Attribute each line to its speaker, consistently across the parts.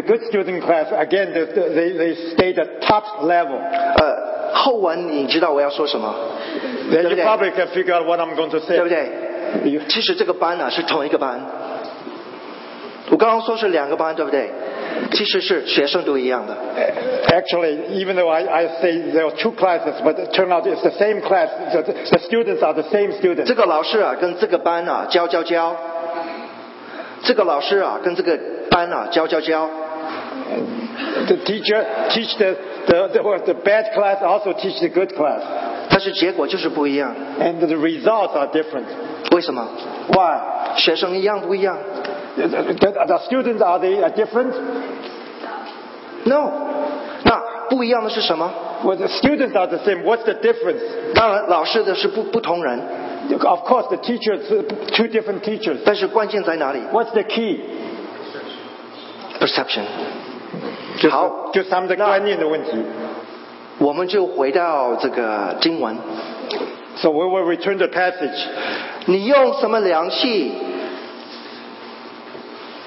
Speaker 1: good student class, again, the, the, they, they stay at top level.
Speaker 2: 呃，后文你知道我要说什么，对
Speaker 1: Then
Speaker 2: 不
Speaker 1: you
Speaker 2: 对？
Speaker 1: probably can figure out what I'm going to
Speaker 2: 对不
Speaker 1: say.
Speaker 2: 对？其实这个班呢、是同一个班，我刚刚说是两个班，对不对？其实是学生都一样的。
Speaker 1: Actually, even though I, I say there are two classes, but it turned out it's the same class. The, the students are the same students.
Speaker 2: 这个老师啊，跟这个班啊教教教，这个老师啊，跟这个班啊教教教，
Speaker 1: The teacher teach the, the, the, what, the bad class also teach the good class.
Speaker 2: 但是结果就是不一样。
Speaker 1: And the results are different.
Speaker 2: 为什么？
Speaker 1: Why?
Speaker 2: 学生一样不一样
Speaker 1: The, the- the students, are they uh, different?
Speaker 2: ？No，那不一样的是什么？
Speaker 1: Well, the students are the same. What's the difference?
Speaker 2: 当然，老师的是不不同人，
Speaker 1: Of course, the teachers, uh, two different teachers.
Speaker 2: 但是关键在哪里
Speaker 1: What's the key?
Speaker 2: ？Perception。
Speaker 1: 就是
Speaker 2: 好，
Speaker 1: 就他们的观念的问题。
Speaker 2: 我们就回到这个经文，
Speaker 1: So we will return the passage.
Speaker 2: 你用什么量器，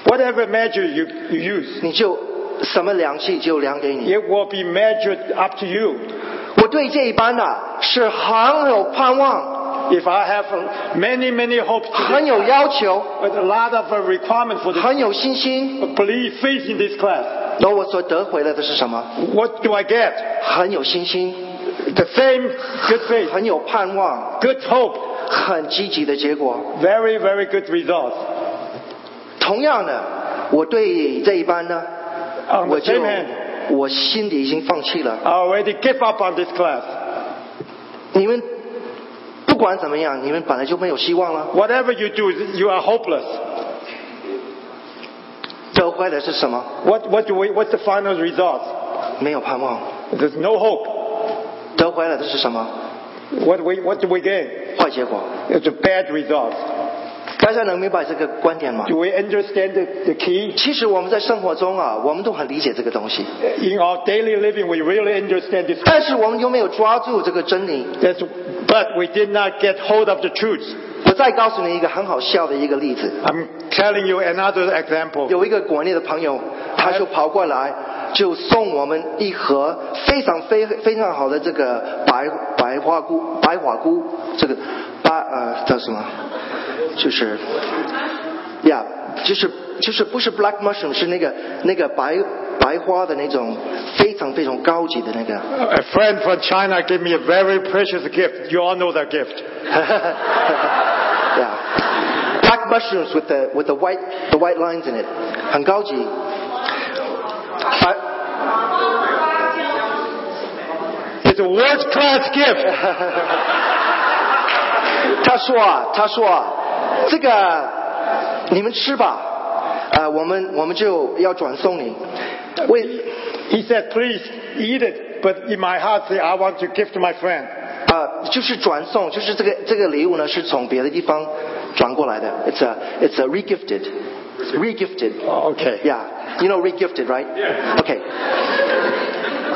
Speaker 1: Whatever measure you, you use,
Speaker 2: 你就什么量器就量给你。
Speaker 1: it will be measured up to you.
Speaker 2: 我对这一班啊是很有盼望，
Speaker 1: If I have uh, many, many hopes, to
Speaker 2: 很
Speaker 1: this,
Speaker 2: 有要求，
Speaker 1: but a lot of uh, requirement for this
Speaker 2: 很有信心。
Speaker 1: believe faith in this class.
Speaker 2: 而我所得回来的是什么？
Speaker 1: What do I get?
Speaker 2: 很有信心，
Speaker 1: The same good faith,
Speaker 2: 很有盼望，
Speaker 1: good hope,
Speaker 2: 很积极的结果。
Speaker 1: very, very good results.
Speaker 2: 同样的，我对这一班呢
Speaker 1: On，the
Speaker 2: 我就
Speaker 1: same hand
Speaker 2: 我心里已经放弃了
Speaker 1: I。already give up on this class.
Speaker 2: 你们不管怎么样，你们本来就没有希望了。
Speaker 1: Whatever you do, you are hopeless.
Speaker 2: 得回来的是什么？
Speaker 1: What, what do we, what's the final result?
Speaker 2: 没有盼望。
Speaker 1: There's no hope.
Speaker 2: 得回来的是什么？
Speaker 1: What, we, what do we gain?
Speaker 2: 坏结果。
Speaker 1: It's a bad result.
Speaker 2: 大家能明白这个观点吗？
Speaker 1: Do we understand the, the key?
Speaker 2: 其实我们在生活中啊，我们都很理解这个东西，
Speaker 1: In our daily living, we really understand this.
Speaker 2: 但是我们有没有抓住这个真理？
Speaker 1: That's, but we did not get hold of the truth.
Speaker 2: 我再告诉你一个很好笑的一个例子，
Speaker 1: I'm telling you another example.
Speaker 2: 有一个国内的朋友，他就跑过来，就送我们一盒非常非非常好的这个白白花菇，白花菇，这个八呃叫什么？就是呀就是就是不是 black mushroom，是那个那个白白花的那种非常非常高级的那个。
Speaker 1: A friend from China gave me a very precious gift. You all know that gift.
Speaker 2: yeah. Black mushrooms with the with the white the white lines in it. 很高级。白
Speaker 1: It's a world class gift.
Speaker 2: 他说啊，他说啊，这个你们吃吧，呃，我们我们就要转送你。为
Speaker 1: He said, please eat it. But in my heart, say, I want to give to my friend.
Speaker 2: 呃，就是转送，就是这个这个礼物呢是从别的地方转过来的。It's a it's a regifted, regifted.
Speaker 1: Oh, okay.
Speaker 2: Yeah, you know regifted, right? Okay.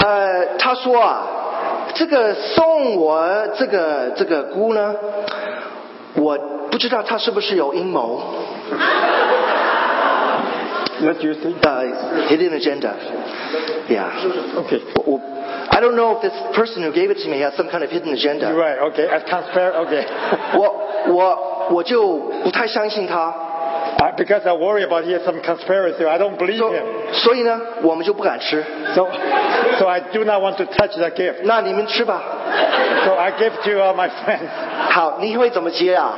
Speaker 2: 呃，他说啊，这个送我这个这个菇呢，我不知道他是不是有阴谋。
Speaker 1: What do you think?
Speaker 2: uh, hidden agenda. Yeah.
Speaker 1: Okay.
Speaker 2: Well, I don't know if this person who gave it to me has some kind of hidden
Speaker 1: You're
Speaker 2: agenda.
Speaker 1: right. Okay. I transfer. Okay.
Speaker 2: 我我我就不太相信他，
Speaker 1: I, because I worry about he has some conspiracy. I don't believe
Speaker 2: 所
Speaker 1: him.
Speaker 2: 所以呢，我们就不敢吃。
Speaker 1: So, so I do not want to touch that gift.
Speaker 2: 那你们吃吧。
Speaker 1: So I give to uh, my friends.
Speaker 2: 好，你会怎么接啊？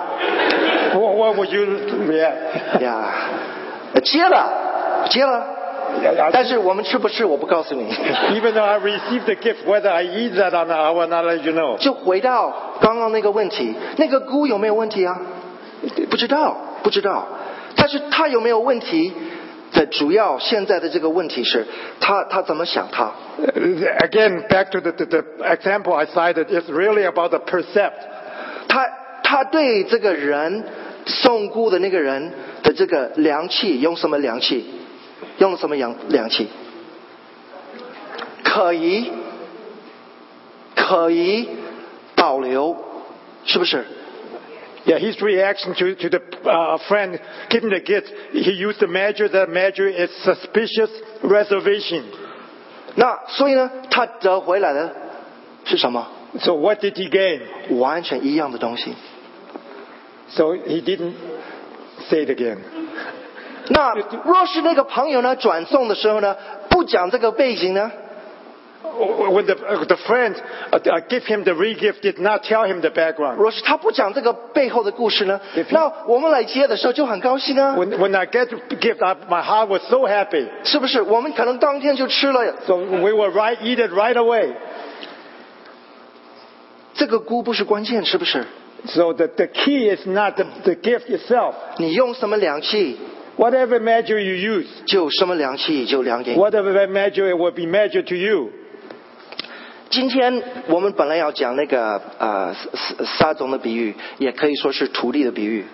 Speaker 1: What, what would you react?
Speaker 2: 呀、呃接了，接了。但是我们吃不吃，我不告诉你。
Speaker 1: Even though I received the gift, whether I eat that or not, I will not let you know.
Speaker 2: 就回到刚刚那个问题，那个菇有没有问题啊？不知道，不知道。但是它有没有问题的主要现在的这个问题是，他他怎么想它？
Speaker 1: Uh, Again, back to the, the, the example I cited, it's really about the percept.
Speaker 2: 他他对这个人送菇的那个人的这个量器用什么量器？用什么量量器？可疑，可疑，保留，是不是？
Speaker 1: Yeah, his reaction to, to the uh, friend giving the gift, he used the measure. That measure is suspicious reservation.
Speaker 2: 那所以呢，他得回来的是什么？
Speaker 1: So what did he gain?
Speaker 2: 完全一样的东西。
Speaker 1: So he didn't say it again.
Speaker 2: 那若是那个朋友呢，转送的时候呢，不讲这个背景呢，
Speaker 1: When the, uh, the friend uh, uh, give him the re-gift, did not tell him the background.
Speaker 2: 若是他不讲这个背后的故事呢
Speaker 1: If，you-
Speaker 2: 那我们来接的时候就很高兴啊，
Speaker 1: When, when I get the gift, I, my heart was so happy.
Speaker 2: 是不是？我们可能当天就吃了。
Speaker 1: So we were right, eat it right away.
Speaker 2: 这个菇不是关键，是不是？
Speaker 1: So the, the key is not the, the gift itself.
Speaker 2: 你用什么量器，
Speaker 1: Whatever measure you use,
Speaker 2: 就什么量器就量给你。
Speaker 1: whatever measure it will be measured to you.
Speaker 2: 今天我们本来要讲那个呃撒撒种的比喻，也可以说是土地的比喻。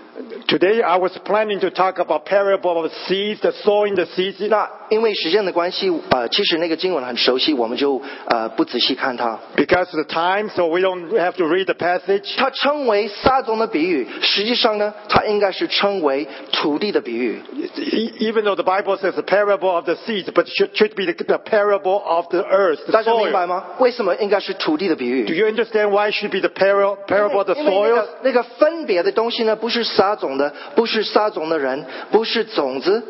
Speaker 1: Today I was planning to talk about parable of seeds, the sowing the seeds.
Speaker 2: 那因为时间的关系，呃，其实那个经文很熟悉，我们就呃不仔细看它。
Speaker 1: Because of the time, so we don't have to read the passage.
Speaker 2: 它称为撒种的比喻，实际上呢，它应该是称为土地的比喻。
Speaker 1: E- Even though the Bible says the parable of the seeds, but it should, should be the, the parable of the earth, the
Speaker 2: 大家明
Speaker 1: soil.
Speaker 2: 白吗？为什么应该是土地的比
Speaker 1: Do
Speaker 2: 喻？
Speaker 1: you understand why it should be the parable,
Speaker 2: 因为
Speaker 1: parable of the
Speaker 2: 因为那
Speaker 1: soil?
Speaker 2: 个那个分别的东西呢，不是撒种的，不是撒种的人，不是种子，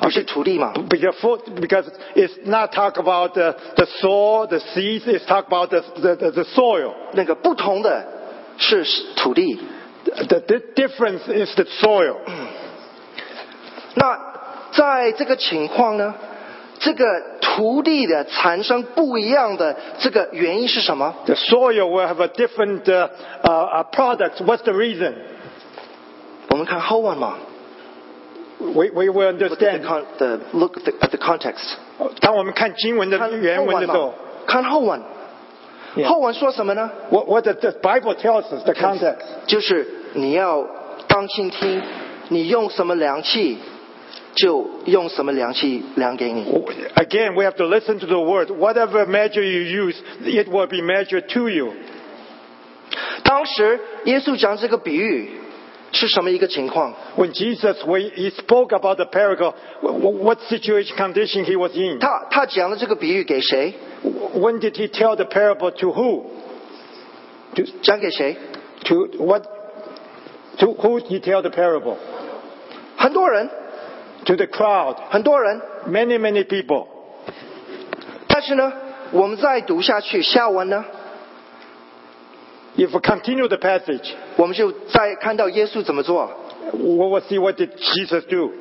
Speaker 2: 而是土地嘛。
Speaker 1: Because, for- because it's not talk about the, the soil, the seeds, it's talk about the, the, the, the soil.
Speaker 2: 那个不同的是土地。
Speaker 1: The, the difference is the soil.
Speaker 2: 那在这个情况呢，这个土地的产生不一样的这个原因是什么？
Speaker 1: The soil will have a different uh, uh, uh, product. What's the reason?
Speaker 2: 我们看后文嘛
Speaker 1: We, we will
Speaker 2: ，look at
Speaker 1: understand.
Speaker 2: the, con- the look at the, at the context，看
Speaker 1: 当
Speaker 2: 后文嘛
Speaker 1: 我们看经文的原文的时候，，
Speaker 2: 看后文
Speaker 1: Yeah.
Speaker 2: 后文说什么呢？
Speaker 1: What, what the, the Bible tells us, the context.
Speaker 2: 就是你要当心听，你用什么量器，就用什么量器量给你。
Speaker 1: Again, we have to listen to the word. Whatever measure you use, it will be measured to you.
Speaker 2: 当时耶稣讲这个比喻是什么一个情况？
Speaker 1: When Jesus we, he spoke about the parable, wh- wh- what situation condition he was in?
Speaker 2: 他他讲的这个比喻给谁？
Speaker 1: When did he tell the parable to who?
Speaker 2: 讲给谁？
Speaker 1: To what? To who he tell the parable?
Speaker 2: 很多人，
Speaker 1: To the crowd,
Speaker 2: 很多人。
Speaker 1: many many people.
Speaker 2: 但是呢，我们再读下去下文呢，
Speaker 1: If we continue the passage,
Speaker 2: 我们就再看到耶稣怎么做。
Speaker 1: we will see what did Jesus do.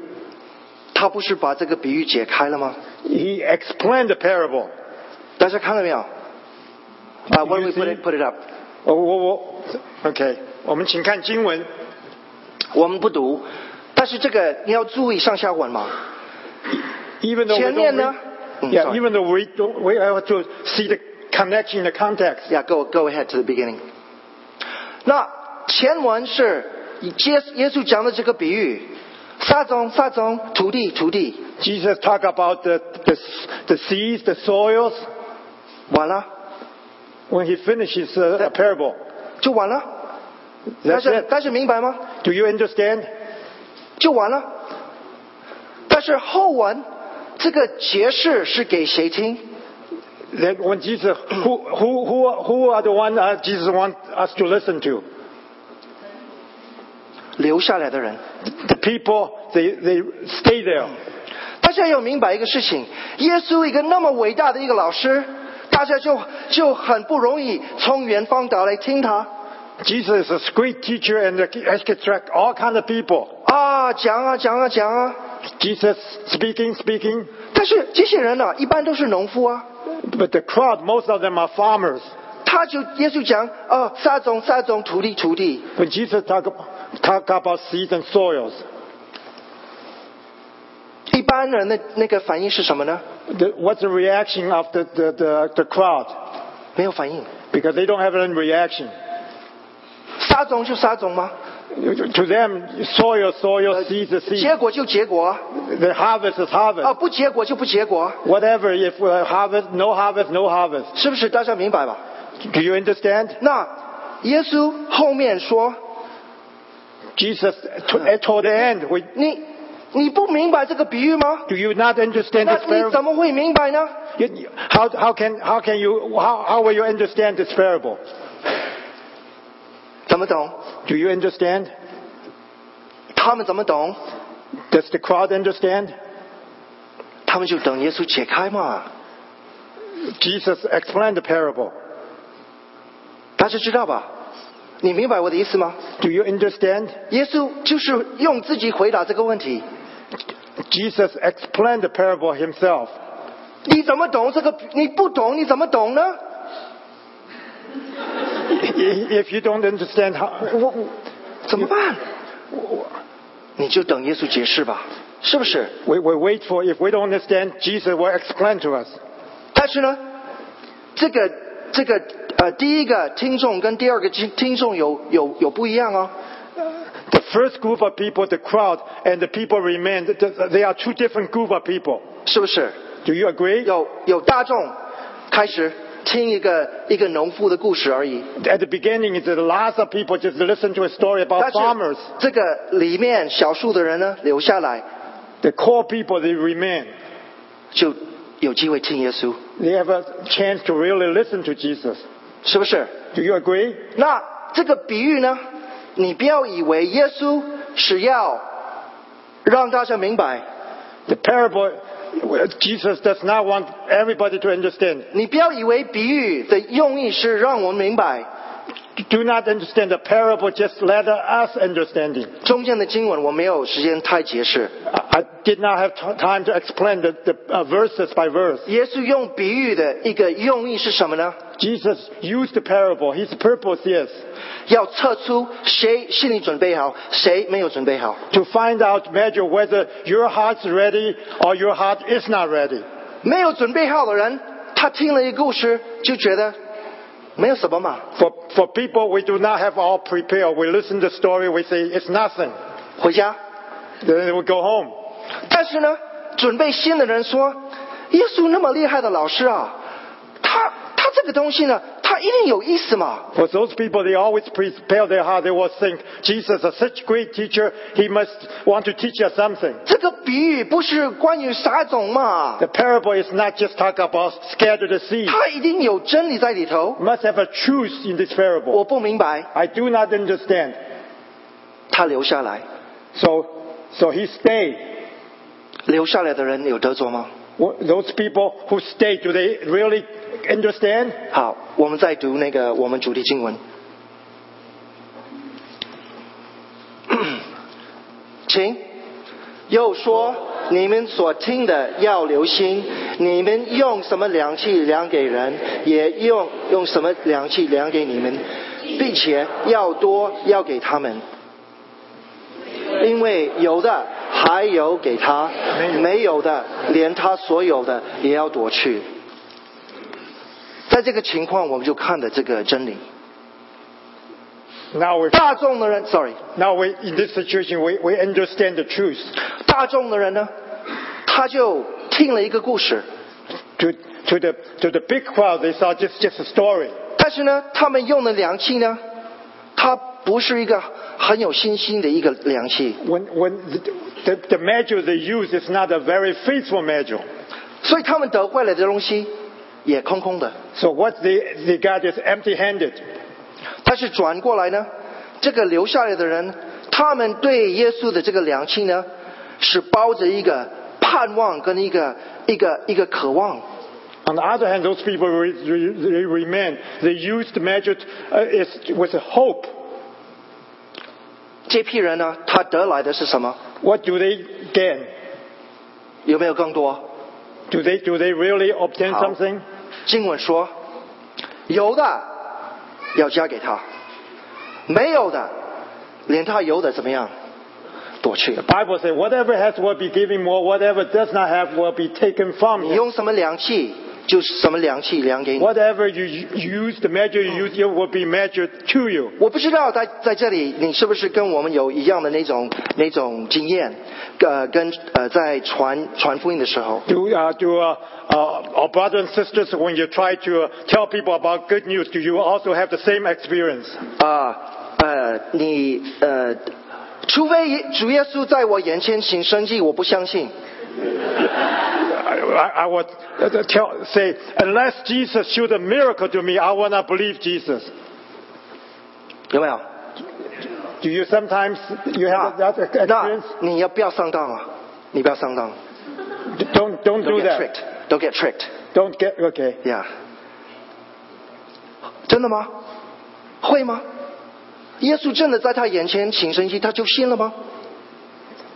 Speaker 2: 他不是把这个比喻解开了吗？
Speaker 1: He explained the parable.
Speaker 2: 大家看到没有？啊、w h e n we
Speaker 1: You
Speaker 2: put
Speaker 1: see?
Speaker 2: it put it up，
Speaker 1: 我我我，OK，我 oh. 们请看经文。
Speaker 2: 我们不读，但是这个你要注意上下文嘛。
Speaker 1: Even though we
Speaker 2: 前
Speaker 1: don't Mm,
Speaker 2: 面呢
Speaker 1: read-
Speaker 2: 嗯
Speaker 1: yeah,
Speaker 2: sorry
Speaker 1: even though we don't, we have to see the connection, the context.
Speaker 2: Yeah, go go ahead to the beginning。那前文是耶耶稣讲的这个比喻，撒种撒种，土地土地，
Speaker 1: Jesus talk about the the the seeds, the soils.
Speaker 2: 完了
Speaker 1: When he finishes uh, a, a parable,
Speaker 2: 就完了。但
Speaker 1: that's
Speaker 2: 是
Speaker 1: it.
Speaker 2: 但是明白吗？
Speaker 1: Do you understand?
Speaker 2: 就完了。但是后文这个解释是给谁听？
Speaker 1: That when Jesus, who who who who are the one uh, Jesus want us to listen to?
Speaker 2: 留下来的人。
Speaker 1: The people they they stay there.
Speaker 2: 大家要明白一个事情：耶稣一个那么伟大的一个老师，大家就就很不容易从远方找来听他
Speaker 1: Jesus is a great teacher and he can attract all kind of people.
Speaker 2: 啊，讲啊讲啊讲啊。
Speaker 1: Jesus speaking, speaking,
Speaker 2: 但是这些人呢、一般都是农夫啊。
Speaker 1: but the crowd, most of them are farmers.
Speaker 2: 他就耶稣讲，哦，撒种撒种，土地土地，
Speaker 1: When Jesus talk, talk about seeds and soils,
Speaker 2: 一般人的那个反应是什么呢？
Speaker 1: the, what's the reaction of the, the, the, the crowd?
Speaker 2: 没有反应，
Speaker 1: Because they don't have any reaction.
Speaker 2: 撒种就撒种吗？
Speaker 1: To them, soil, soil, seeds, is seeds.
Speaker 2: 结果就结果啊，
Speaker 1: The harvest is harvest.
Speaker 2: 啊不结果就不结果啊，
Speaker 1: Whatever, if uh, harvest, no harvest, no harvest.
Speaker 2: 是不是？大家明白吧？
Speaker 1: Do you understand?
Speaker 2: 那耶稣后面说，
Speaker 1: Jesus, to, toward the end, we,
Speaker 2: 你你不明白这个比喻吗？
Speaker 1: do you not understand
Speaker 2: 那
Speaker 1: this
Speaker 2: 你
Speaker 1: parable?
Speaker 2: 怎么会明白呢？
Speaker 1: You- How, how, can, how can you, how, how will you understand this parable?
Speaker 2: 怎么懂？
Speaker 1: Do you understand?
Speaker 2: 他们怎么懂？
Speaker 1: Does the crowd understand?
Speaker 2: 他们就等耶稣解开嘛。
Speaker 1: Jesus explained the parable.
Speaker 2: 大家知道吧？你明白我的意思吗？
Speaker 1: Do you understand?
Speaker 2: 耶稣就是用自己回答这个问题。
Speaker 1: Jesus explained the parable himself.
Speaker 2: 你怎么懂这个？你不懂，你怎么懂呢？
Speaker 1: If you don't understand, how,
Speaker 2: 我我怎么办？你就等耶稣解释吧，是不是？
Speaker 1: we, we wait for, if we don't understand, Jesus will explain to us.
Speaker 2: 但是呢，这个这个呃，第一个听众跟第二个听听众有有有不一样哦。
Speaker 1: The first group of people, the crowd, and the people remained, th- they are two different group of people.
Speaker 2: 是不是？
Speaker 1: Do you agree?
Speaker 2: 有有大众开始听一个一个农夫的故事而已，
Speaker 1: At the beginning, it's a lot of people just listen to a story
Speaker 2: 但
Speaker 1: about
Speaker 2: 是
Speaker 1: farmers.
Speaker 2: 这个里面少数的人呢留下来，
Speaker 1: The core people, they remain.
Speaker 2: 就有机会听耶稣，
Speaker 1: They have a chance to really listen to Jesus.
Speaker 2: 是不是？
Speaker 1: Do you agree?
Speaker 2: 那这个比喻呢？你不要以为耶稣是要让大家明白，
Speaker 1: The parable, well, Jesus does not want everybody to understand.
Speaker 2: 你不要以为比喻的用意是让我们明白。
Speaker 1: Do not understand the parable, just let us understanding.
Speaker 2: 中间的经文我没有时间太解释。
Speaker 1: I I did not have t- time to explain the, the uh, verses by verse.
Speaker 2: 耶稣用比喻的一个用意是什么呢？
Speaker 1: Jesus used the parable. His purpose is
Speaker 2: 要测出谁心里准备好，谁没有准备好。
Speaker 1: to find out, measure whether your heart's ready or your heart is not ready.
Speaker 2: 没有准备好的人，他听了一个故事就觉得没有什么嘛，
Speaker 1: For, for people, we do not have all prepared. We listen to the story, we say it's nothing.
Speaker 2: 回家
Speaker 1: Then we go home.
Speaker 2: 但是呢，准备新的人说，耶稣那么厉害的老师啊，他他这个东西呢，他一定有意思嘛。
Speaker 1: For those people, they always prepare their heart. They will think, Jesus is such great teacher. He must want to teach us something.
Speaker 2: 这个比喻不是关于撒种嘛，
Speaker 1: The parable is not just talk about scatter the seed.
Speaker 2: 他一定有真理在里头。
Speaker 1: Must have a truth in this
Speaker 2: 我
Speaker 1: parable.
Speaker 2: 不明白，
Speaker 1: I do not understand.
Speaker 2: 他留下来，
Speaker 1: So, so he stayed.
Speaker 2: 留下来的人有得着吗？
Speaker 1: Wha- Those people who stay, do they really understand?
Speaker 2: 好，我们再读那个我们主题经文，请。又说：你们所听的要留心，你们用什么量器量给人，也用用什么量器量给你们，并且要多要给他们，因为有的还有给他，没有的连他所有的也要夺去。在这个情况，我们就看的这个真理。
Speaker 1: Now, we,
Speaker 2: 大众的人，sorry，
Speaker 1: now we, in this situation, we, we understand the truth.
Speaker 2: 大众的人呢，他就听了一个故事，
Speaker 1: To, to, the, to the big crowd, they saw just, just a story.
Speaker 2: 但是呢，他们用的凉气呢，它不是一个很有信心的一个凉气，
Speaker 1: When, when the, the, the measure they use is not a very faithful measure.
Speaker 2: 所以他们得回来的东西也空空的。
Speaker 1: So what they, they got is empty-handed.
Speaker 2: 但是转过来呢，这个留下来的人，他们对耶稣的这个凉气呢，是抱着一个盼望跟一个一个一个渴望。
Speaker 1: On the other hand, those people re, re, they remain. They use the measure uh, is, with hope.
Speaker 2: 这批人呢，他得来的是什么？
Speaker 1: What do they gain?
Speaker 2: 有没有更多？
Speaker 1: Do they, do they really obtain
Speaker 2: How?
Speaker 1: something?
Speaker 2: 经文说，有的要加给他，没有的，连他有的怎么样夺去
Speaker 1: Bible says, whatever has will be given more, whatever does not have will be taken from
Speaker 2: 你
Speaker 1: you.
Speaker 2: 用什么量器，就是什么量器量给你。
Speaker 1: Whatever you u- use, the measure you use, it will be measured to you.
Speaker 2: 我不知道在在这里你是不是跟我们有一样的那种那种经验，呃，跟呃在传传福音的时候，
Speaker 1: Do, uh, do uh, uh, our brothers and sisters, when you try to uh, tell people about good news, do you also have the same experience?
Speaker 2: 呃啊呃你呃除非耶主耶稣在我眼前行神迹，我不相信。
Speaker 1: I, I I would uh, tell, say, unless Jesus showed a miracle to me, I will not believe Jesus.
Speaker 2: 有没有？
Speaker 1: Do you sometimes you
Speaker 2: 那
Speaker 1: have that experience?
Speaker 2: 那你要不要上当啊？你不要上当
Speaker 1: Don't don't
Speaker 2: ，don't
Speaker 1: do
Speaker 2: get
Speaker 1: that.
Speaker 2: tricked，don't get tricked，yeah。
Speaker 1: Don't get okay.
Speaker 2: 真的吗？会吗？耶稣真的在他眼前行神迹，他就信了吗？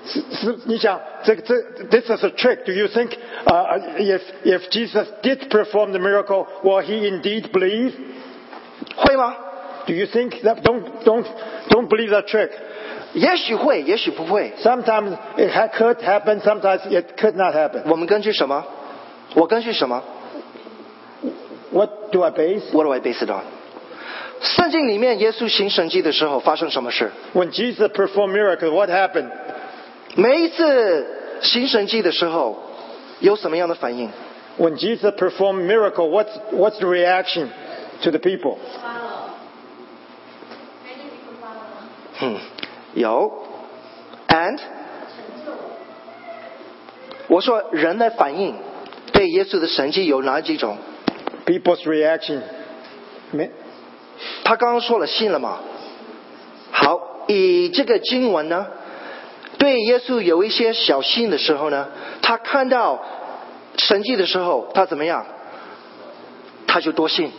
Speaker 1: 是是，你想这个这 this is a trick. Do you think uh, if if Jesus did perform the miracle, will he indeed believe?
Speaker 2: 会吗？
Speaker 1: Do you think that? Don't don't don't believe that trick.
Speaker 2: 也许会，也许不会。
Speaker 1: Sometimes it ha- could happen. Sometimes it could not happen.
Speaker 2: 我们根据什么？我根据什么
Speaker 1: What do I base?
Speaker 2: ？What do I base it on？圣经里面耶稣行神迹的时候发生什么事？
Speaker 1: When Jesus performed miracle, what happened?
Speaker 2: 每一次行神迹的时候，有什么样的反应？
Speaker 1: When Jesus performed miracle, what's what's the reaction to the people?
Speaker 2: 嗯，有，and，我说人的反应对耶稣的神迹有哪几种？
Speaker 1: People's reaction. Ma-
Speaker 2: 他刚刚说了信了嘛？好，以这个经文呢，对耶稣有一些小信的时候呢，他看到神迹的时候，他怎么样？他就多信。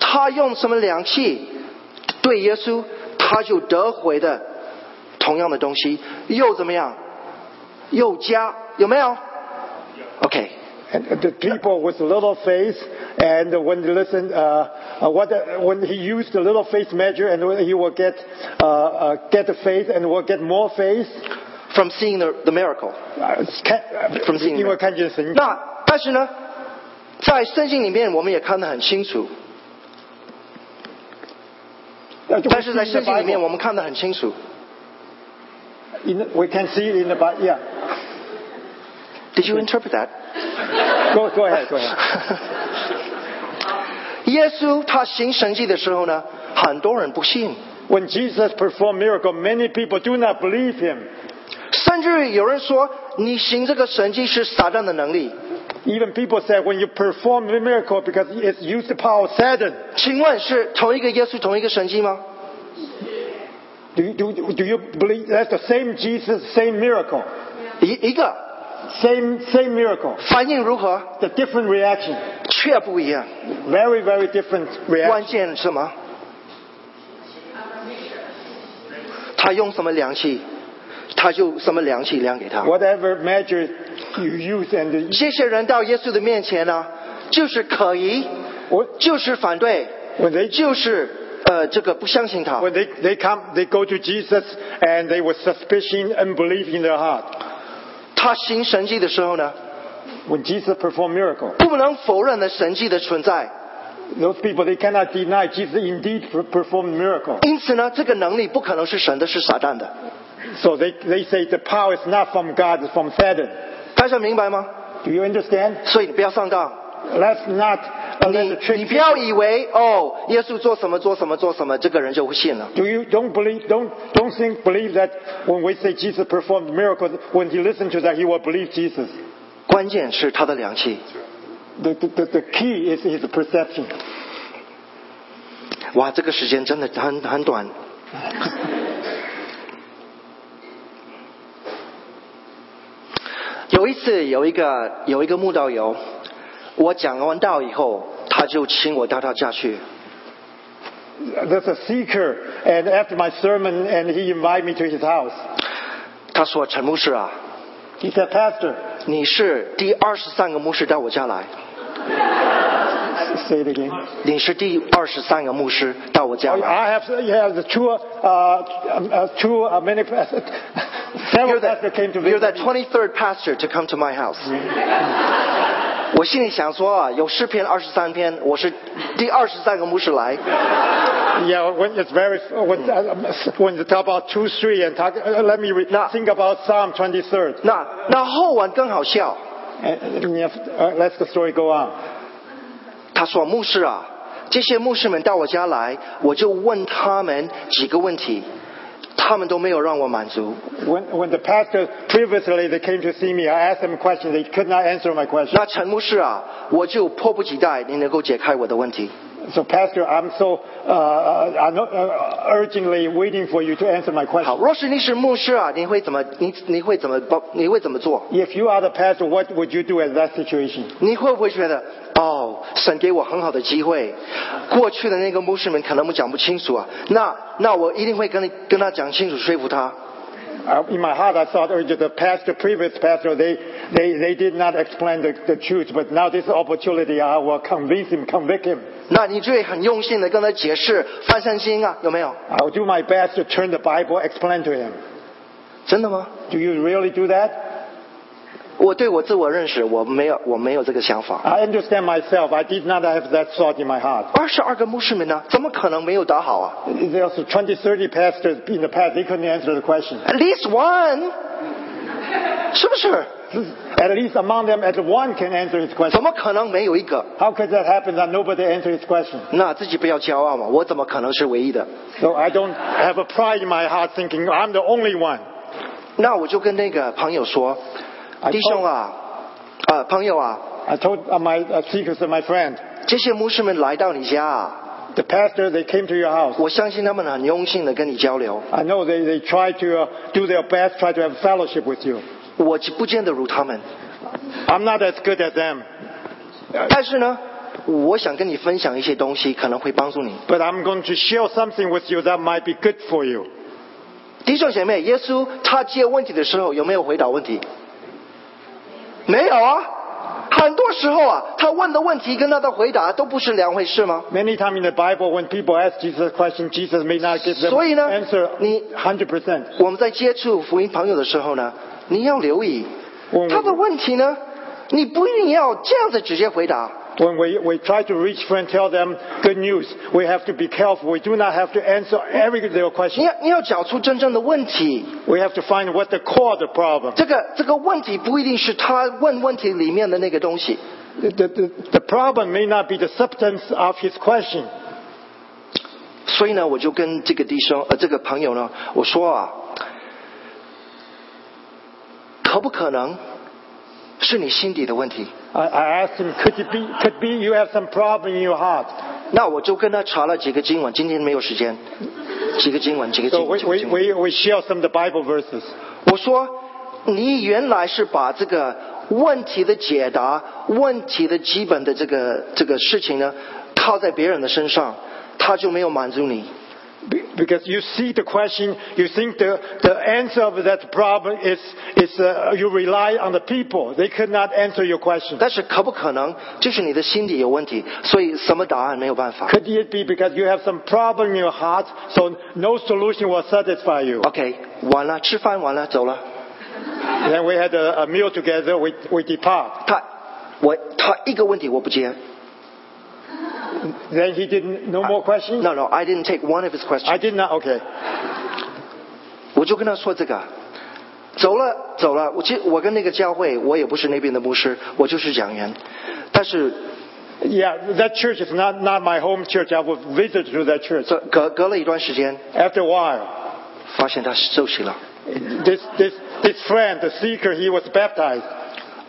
Speaker 2: 他用什么良气对耶稣，他就得回的同样的东西，又怎么样？又加有没有？OK，
Speaker 1: And the people with little faith, and when they listen, uh, uh, what, uh, when he used the little faith measure, and he will get, uh, uh, get the faith and will get more faith.
Speaker 2: from seeing the the miracle。
Speaker 1: Uh, it's can- uh,
Speaker 2: From seeing
Speaker 1: 因为
Speaker 2: that.
Speaker 1: 看见神-
Speaker 2: 那但是呢，在圣经里面我们也看得很清楚，
Speaker 1: uh, we
Speaker 2: 但是
Speaker 1: see
Speaker 2: 在
Speaker 1: in the
Speaker 2: 圣经里面
Speaker 1: Bible-
Speaker 2: 我们看得很清楚。
Speaker 1: in- we can see it in the Bible. Yeah.
Speaker 2: Did you interpret that？
Speaker 1: Go, go ahead. Go ahead.
Speaker 2: 耶稣他行神迹的时候呢，很多人不信，
Speaker 1: When Jesus performed miracle, many people do not believe him.
Speaker 2: 甚至有人说你行这个神迹是撒旦的能力。
Speaker 1: Even people say when you perform a miracle because it's used the power of Satan.
Speaker 2: 请问是同一个耶稣同一个神迹吗？
Speaker 1: Do you, do, do you believe that's the same Jesus, same miracle?
Speaker 2: 一一个
Speaker 1: Same, same miracle.
Speaker 2: 反应如何？
Speaker 1: The different reaction.
Speaker 2: 却不一样。
Speaker 1: Very, very different
Speaker 2: 关
Speaker 1: reaction.
Speaker 2: 键是什么？他用什么量器，他就什么量器量给他。
Speaker 1: Whatever measure you use and you-
Speaker 2: 这些人到耶稣的面前呢，就是可疑，
Speaker 1: What?
Speaker 2: 就是反对，
Speaker 1: when they,
Speaker 2: 就是呃这个不相信他。
Speaker 1: when they, they come, they go to Jesus and they were suspicion and belief in their heart.
Speaker 2: 他行神迹的时候呢，
Speaker 1: When Jesus performed miracle,
Speaker 2: 不能否认了神迹的存在，
Speaker 1: those people, they cannot deny Jesus indeed per- performed miracle.
Speaker 2: 因此呢，这个能力不可能是神的，是撒旦的。
Speaker 1: So they, they say the power is not from God, it's from Satan.
Speaker 2: 大家明白吗？
Speaker 1: Do you understand?
Speaker 2: 所以你不要上当，
Speaker 1: Let's not uh, let the
Speaker 2: 你你
Speaker 1: trick
Speaker 2: 不要以为哦，耶稣做什么做什么做什么，这个人就会信了。
Speaker 1: Do you don't believe don't don't think believe that when we say Jesus performed miracles when he listened to that he will believe Jesus.
Speaker 2: 关键是他的良气。
Speaker 1: The, the, the, the key is his perception.
Speaker 2: 哇，这个时间真的很很短。有一次，有一个有一个慕道友，我讲完道以后，他就请我到他家去。
Speaker 1: There's a seeker, and after my sermon, and he invited me to his house.
Speaker 2: 他说：“陈牧师啊，
Speaker 1: He said, Pastor,
Speaker 2: 你是第二十三个牧师到我家来，
Speaker 1: say it again.
Speaker 2: 你是第二十三个牧师到我家
Speaker 1: Oh,
Speaker 2: 来。
Speaker 1: I have yeah, the two uh, um, uh, two uh, many several
Speaker 2: You're the,
Speaker 1: pastors came to
Speaker 2: you're the
Speaker 1: visit. me.
Speaker 2: twenty-third pastor to come to my house。我
Speaker 1: Mm.
Speaker 2: 心里想说啊，有诗篇二十三篇，我是第二十三个牧师来。
Speaker 1: Yeah, when it's very when, uh, when you talk about two three and talk, uh, let me re-
Speaker 2: Now-
Speaker 1: think about Psalm twenty third.
Speaker 2: 那那后文更好笑，
Speaker 1: And, yes, uh, let the story go on.
Speaker 2: 他说牧师啊，这些牧师们到我家来，我就问他们几个问题，他们都没有让我满足。
Speaker 1: When, when the pastor previously they came to see me, I asked them questions. They could not answer my question.
Speaker 2: 那陈牧师啊，我就迫不及待你能够解开我的问题。
Speaker 1: So, pastor, I'm so uh, I'm not, uh, urgently waiting for you to answer my
Speaker 2: 好，
Speaker 1: question.
Speaker 2: 若是你是牧师啊，你会怎么你你会怎么帮你会怎么做？
Speaker 1: If you are the pastor, what would you do at that situation?
Speaker 2: 你会不会觉得哦，神给我很好的机会？过去的那个牧师们可能我们讲不清楚啊，那那我一定会跟你跟他讲清楚，说服他。
Speaker 1: Uh, in my heart, I thought oh, the pastor, previous pastor, they, they, they did not explain the, the truth, but now this opportunity, I will convince him, convict him.
Speaker 2: 那你就会很用心的跟他解释翻身心啊，有没有？
Speaker 1: I'll do my best to turn the Bible, explain to him.
Speaker 2: 真的吗？
Speaker 1: Do you really do that?
Speaker 2: 我对我自我认识，我没有我没有这个想法。
Speaker 1: I understand myself. I did not have that thought in my heart.
Speaker 2: 二十二个牧师们呢，怎么可能没有打好啊
Speaker 1: There's 20, 30 pastors in the past. They couldn't answer the question.
Speaker 2: ？At least one，是不是？
Speaker 1: At least among them, at one can answer his question.
Speaker 2: 怎么可能没有一个？
Speaker 1: How could that happen that nobody answered his question?
Speaker 2: 那自己不要骄傲嘛，我怎么可能是唯一的？
Speaker 1: So I don't have a pride in my heart thinking I'm the only one.
Speaker 2: 那我就跟那个朋友说，
Speaker 1: I
Speaker 2: 弟兄啊，呃，朋友啊，
Speaker 1: I told uh, my uh, secrets to my friend.
Speaker 2: 这些牧师们来到你家啊，
Speaker 1: The pastor, they came to your house.
Speaker 2: 我相信他们很用心的跟你交流，
Speaker 1: I know they, they try to uh, do their best, try to have fellowship with you.
Speaker 2: 我不见得如他们，
Speaker 1: I'm not as good as them,
Speaker 2: 但是呢，我想跟你分享一些东西，可能会帮助你。
Speaker 1: but I'm going to share something with you that might be good for you.
Speaker 2: 弟兄姐妹，耶稣他接问题的时候有没有回答问题？没有啊，很多时候啊，他问的问题跟他的回答都不是两回事吗？
Speaker 1: Many times in the Bible, when people ask Jesus a question, Jesus may not give them
Speaker 2: 所以呢，
Speaker 1: answer
Speaker 2: 你-
Speaker 1: 100%.
Speaker 2: 我们在接触福音朋友的时候呢，你要留意
Speaker 1: 我
Speaker 2: 他的问题呢，你不一定要这样子直接回答。
Speaker 1: When we, we try to reach friends, tell them good news. We have to be careful. We do not have to answer every their
Speaker 2: 你
Speaker 1: question.
Speaker 2: 要你要找出真正的问题，
Speaker 1: We have to find what the core of the problem.
Speaker 2: 这个这个问题不一定是他问问题里面的那个东西。
Speaker 1: The, the, the problem may not be the substance of his question.
Speaker 2: 所以呢，我就跟这个弟兄呃这个朋友呢，我说啊，可不可能是你心底的问题？
Speaker 1: I, I asked him, could it be, could be you have some problem in your heart?
Speaker 2: 那我就跟他查了几个经文，今天没有时间，几个经文，几个经
Speaker 1: So we,
Speaker 2: 文。几个
Speaker 1: we,
Speaker 2: 经文
Speaker 1: we, we share some of the Bible verses.
Speaker 2: 我说，你原来是把这个问题的解答、问题的基本的这个这个事情呢，套在别人的身上，他就没有满足你。
Speaker 1: Be- Because you see the question, you think the, the answer of that problem is, is uh, you rely on the people. They could not answer your question.
Speaker 2: 但是可不可能就是你的心理有问题，所以什么答案没有办法
Speaker 1: Could it be because you have some problem in your heart, so no solution will satisfy you?
Speaker 2: ？OK，完了，吃饭完了，走了。
Speaker 1: Then we had a, a meal together, we, we depart.
Speaker 2: 他，我他一个问题我不接。
Speaker 1: Then he didn't, no more questions?
Speaker 2: No no，I didn't take one of his question。
Speaker 1: I did not, okay.
Speaker 2: 我就跟他说这个。走了，走了。我其实我跟那个教会，我也不是那边的牧师，我就是讲员。但是
Speaker 1: Yeah, that church is not, not my home church. I would visit to that church.
Speaker 2: 这隔隔了一段时间，
Speaker 1: After a while,
Speaker 2: 发现他受洗了。
Speaker 1: this, this, this friend, the seeker, he was baptized.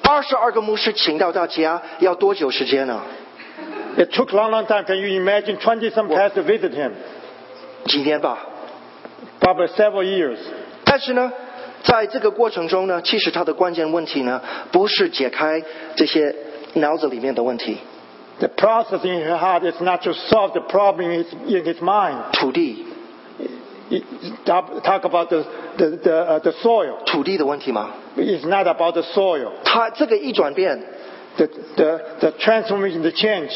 Speaker 2: 二十二个牧师请到他家要多久时间呢？
Speaker 1: It took long, long time. Can you imagine 20 some pastors to visit him?
Speaker 2: 几年吧。
Speaker 1: Probably several years.
Speaker 2: 但是呢，在这个过程中呢，其实他的关键问题呢，不是解开这些脑子里面的问题，
Speaker 1: The process in his heart is not to solve the problem in his, in his mind.
Speaker 2: 土地
Speaker 1: It- Talk talk about the, the, the, uh, the soil.
Speaker 2: 土地的问题嘛。
Speaker 1: It's not about the soil.
Speaker 2: 他这个一转变，
Speaker 1: The, the, the transformation, the change,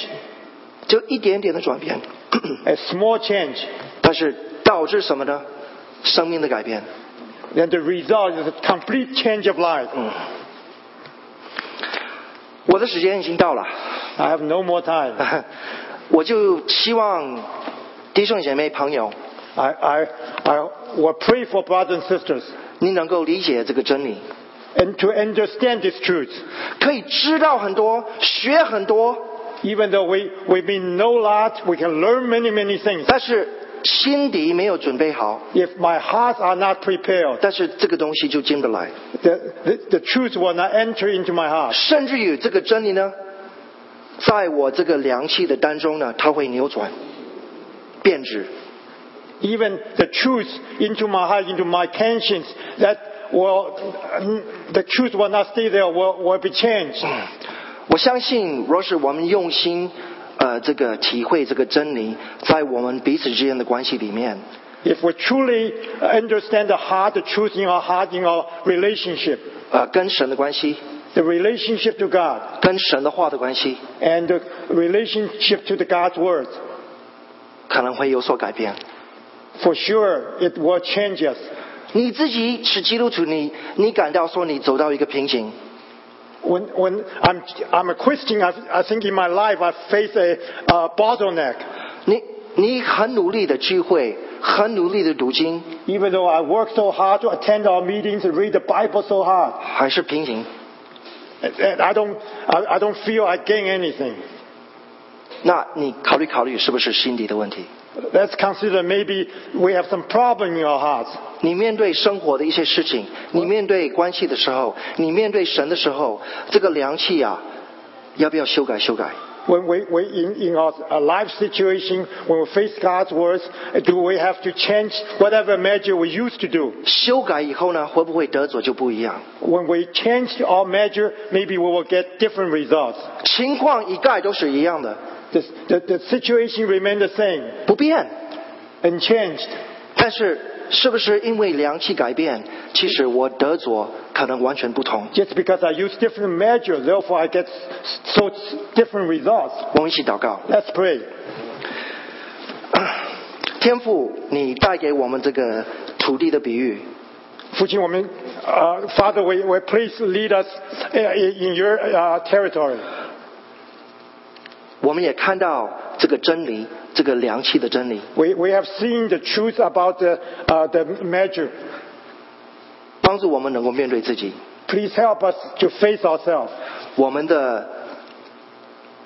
Speaker 2: 就一点点的转变，
Speaker 1: a small change.
Speaker 2: 但是导致什么呢？生命的改变。
Speaker 1: Then the result is a complete change of life.
Speaker 2: 我的时间已经到了，
Speaker 1: I have no more time.
Speaker 2: 我就希望弟兄姐妹朋友，
Speaker 1: I, I, I will pray for brothers and sisters
Speaker 2: 你能够理解这个真理，
Speaker 1: and to understand this truth.
Speaker 2: 可以知道很多，学很多，
Speaker 1: Even though we, we may know a lot, we can learn many, many things.
Speaker 2: 但是心底没有准备好，
Speaker 1: If my hearts are not prepared,
Speaker 2: 但是这个东西就进不来，
Speaker 1: the, the, the truth will not enter into my heart.
Speaker 2: 甚至于这个真理呢，在我这个凉气的当中呢，它会扭转、变质。
Speaker 1: Even the truth into my heart, into my conscience, that will, the truth will not stay there, will, will be changed.
Speaker 2: 我相信，若是我们用心，呃，这个体会这个真理，在我们彼此之间的关系里面，
Speaker 1: If we truly understand the heart, the truth in our heart, in our relationship,
Speaker 2: 呃，跟神的关系，
Speaker 1: the relationship to God,
Speaker 2: 跟神的话的关系，
Speaker 1: and the relationship to the God's Word,
Speaker 2: 可能会有所改变。
Speaker 1: for sure it will change us.
Speaker 2: 你自己是基督徒，你你感到说你走到一个瓶颈，
Speaker 1: When, when I'm, I'm a Christian, I, I think in my life I face a, uh bottleneck.
Speaker 2: 你你很努力的聚会，很努力的读经，
Speaker 1: Even though I work so hard to attend our meetings and read the Bible so hard,
Speaker 2: 还是瓶颈。
Speaker 1: and- and I don't, I, I don't feel I gain anything.
Speaker 2: 那你考虑考虑，是不是心底的问题？
Speaker 1: Let's consider maybe we have some problem in our hearts.
Speaker 2: 你面对生活的一些事情，你面对关系的时候，你面对神的时候，这个良气啊，要不要修改修改？
Speaker 1: When we, we in, in our uh, life situation, when we face God's words, do we have to change whatever measure we used to do?
Speaker 2: 修改以后呢，会不会得着就不一样？
Speaker 1: When we change our measure, maybe we will get different results.
Speaker 2: 情况一概都是一样的，
Speaker 1: The, the, the situation remained the same,
Speaker 2: 不变。
Speaker 1: unchanged.
Speaker 2: 但是，是不是因为良气改变，其实我得着可能完全不同？
Speaker 1: Just because I use different measures, therefore I get s- so s- different results.
Speaker 2: 我们一起祷告，
Speaker 1: Let's pray.
Speaker 2: 天父，你带给我们这个土地的比喻，
Speaker 1: Fuji woman, uh, Father, we, we please lead us uh, in in your uh, territory.
Speaker 2: 我们也看到这个真理，这个良气的真理。
Speaker 1: We, we have seen the truth about the, uh, the measure.
Speaker 2: 帮助我们能够面对自己，
Speaker 1: Please help us to face ourselves.
Speaker 2: 我们的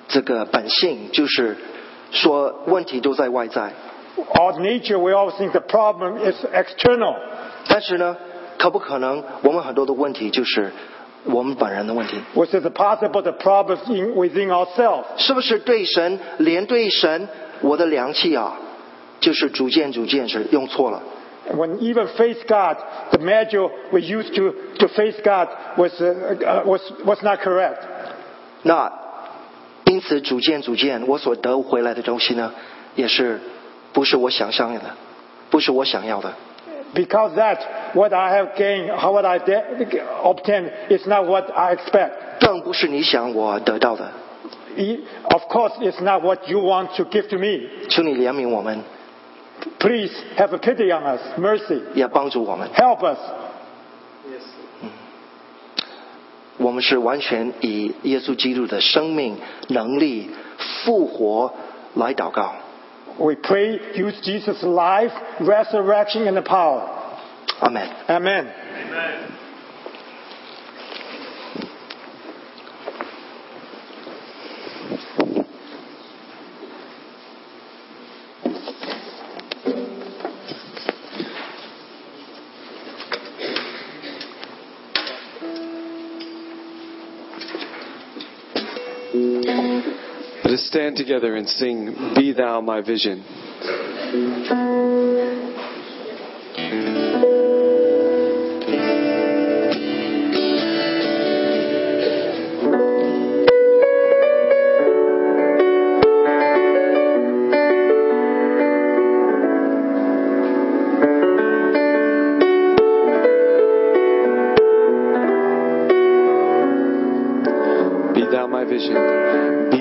Speaker 2: 这个本性就是说问题都在外在，
Speaker 1: Our nature, we always think the problem is external.
Speaker 2: 但是呢，可不可能我们很多的问题就是我们本人的问题？
Speaker 1: Which is possible the problem is in, within ourselves.
Speaker 2: 是不是对神，连对神，我的良气啊，就是逐渐逐渐是用错了。
Speaker 1: When even face God, the measure we used to, to face God was, uh, uh, was, was not correct.
Speaker 2: 那因此逐渐逐渐，我所得回来的东西呢，也是不是我想象的，不是我想要的。
Speaker 1: Because that, what I have gained, how what I de- obtained is not what I expect.
Speaker 2: 更不是你想我得到的，
Speaker 1: It- Of course, it's not what you want to give to me.
Speaker 2: 求你怜悯我们，
Speaker 1: Please have pity on us, mercy.
Speaker 2: 也帮助我们。
Speaker 1: Help us.
Speaker 2: 我们是完全以耶稣基督的生命、能力、复活来祷告。
Speaker 1: We pray, use Jesus' life, resurrection, and the power.
Speaker 2: 阿门。
Speaker 1: Amen.
Speaker 3: Let us stand together and sing, Be Thou My Vision. Be Thou My Vision. Be